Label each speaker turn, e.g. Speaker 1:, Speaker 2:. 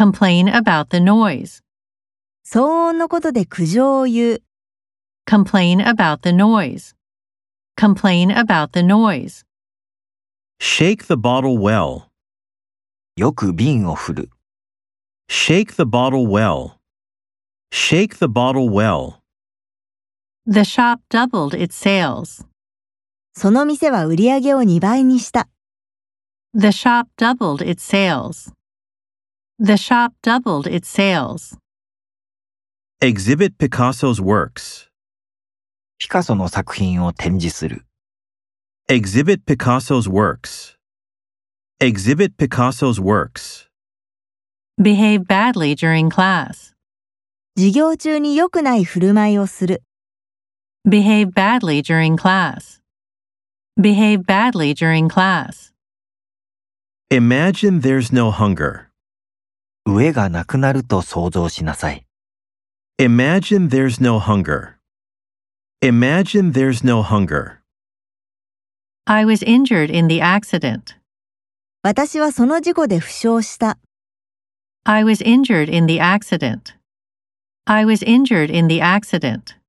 Speaker 1: complain about the noise,
Speaker 2: 騒音のことで苦情を言う、
Speaker 1: complain about the noise, complain about the noise,
Speaker 3: Shake the bottle well.
Speaker 4: よく瓶を振る。
Speaker 3: Shake the bottle well. Shake the bottle well.
Speaker 1: the shop doubled its sales,
Speaker 2: その店は売り上げを2倍にした、
Speaker 1: the shop doubled its sales, the shop doubled its sales,
Speaker 3: Exhibit Picasso's works.
Speaker 4: ピカソの作品を展示する。
Speaker 3: Exhibit Picasso's works. Exhibit Picasso's works.
Speaker 1: behave badly during class,
Speaker 2: 授業中に良くない振る舞いをする、
Speaker 1: behave badly during class, behave badly during class,
Speaker 3: Imagine there's no hunger.
Speaker 4: 上がなくなると想像しなさい。
Speaker 3: Imagine there's no hunger. Imagine there's no hunger.
Speaker 1: I was injured in the accident,
Speaker 2: 私はその事故で負傷した、
Speaker 1: I was injured in the accident, I was injured in the accident.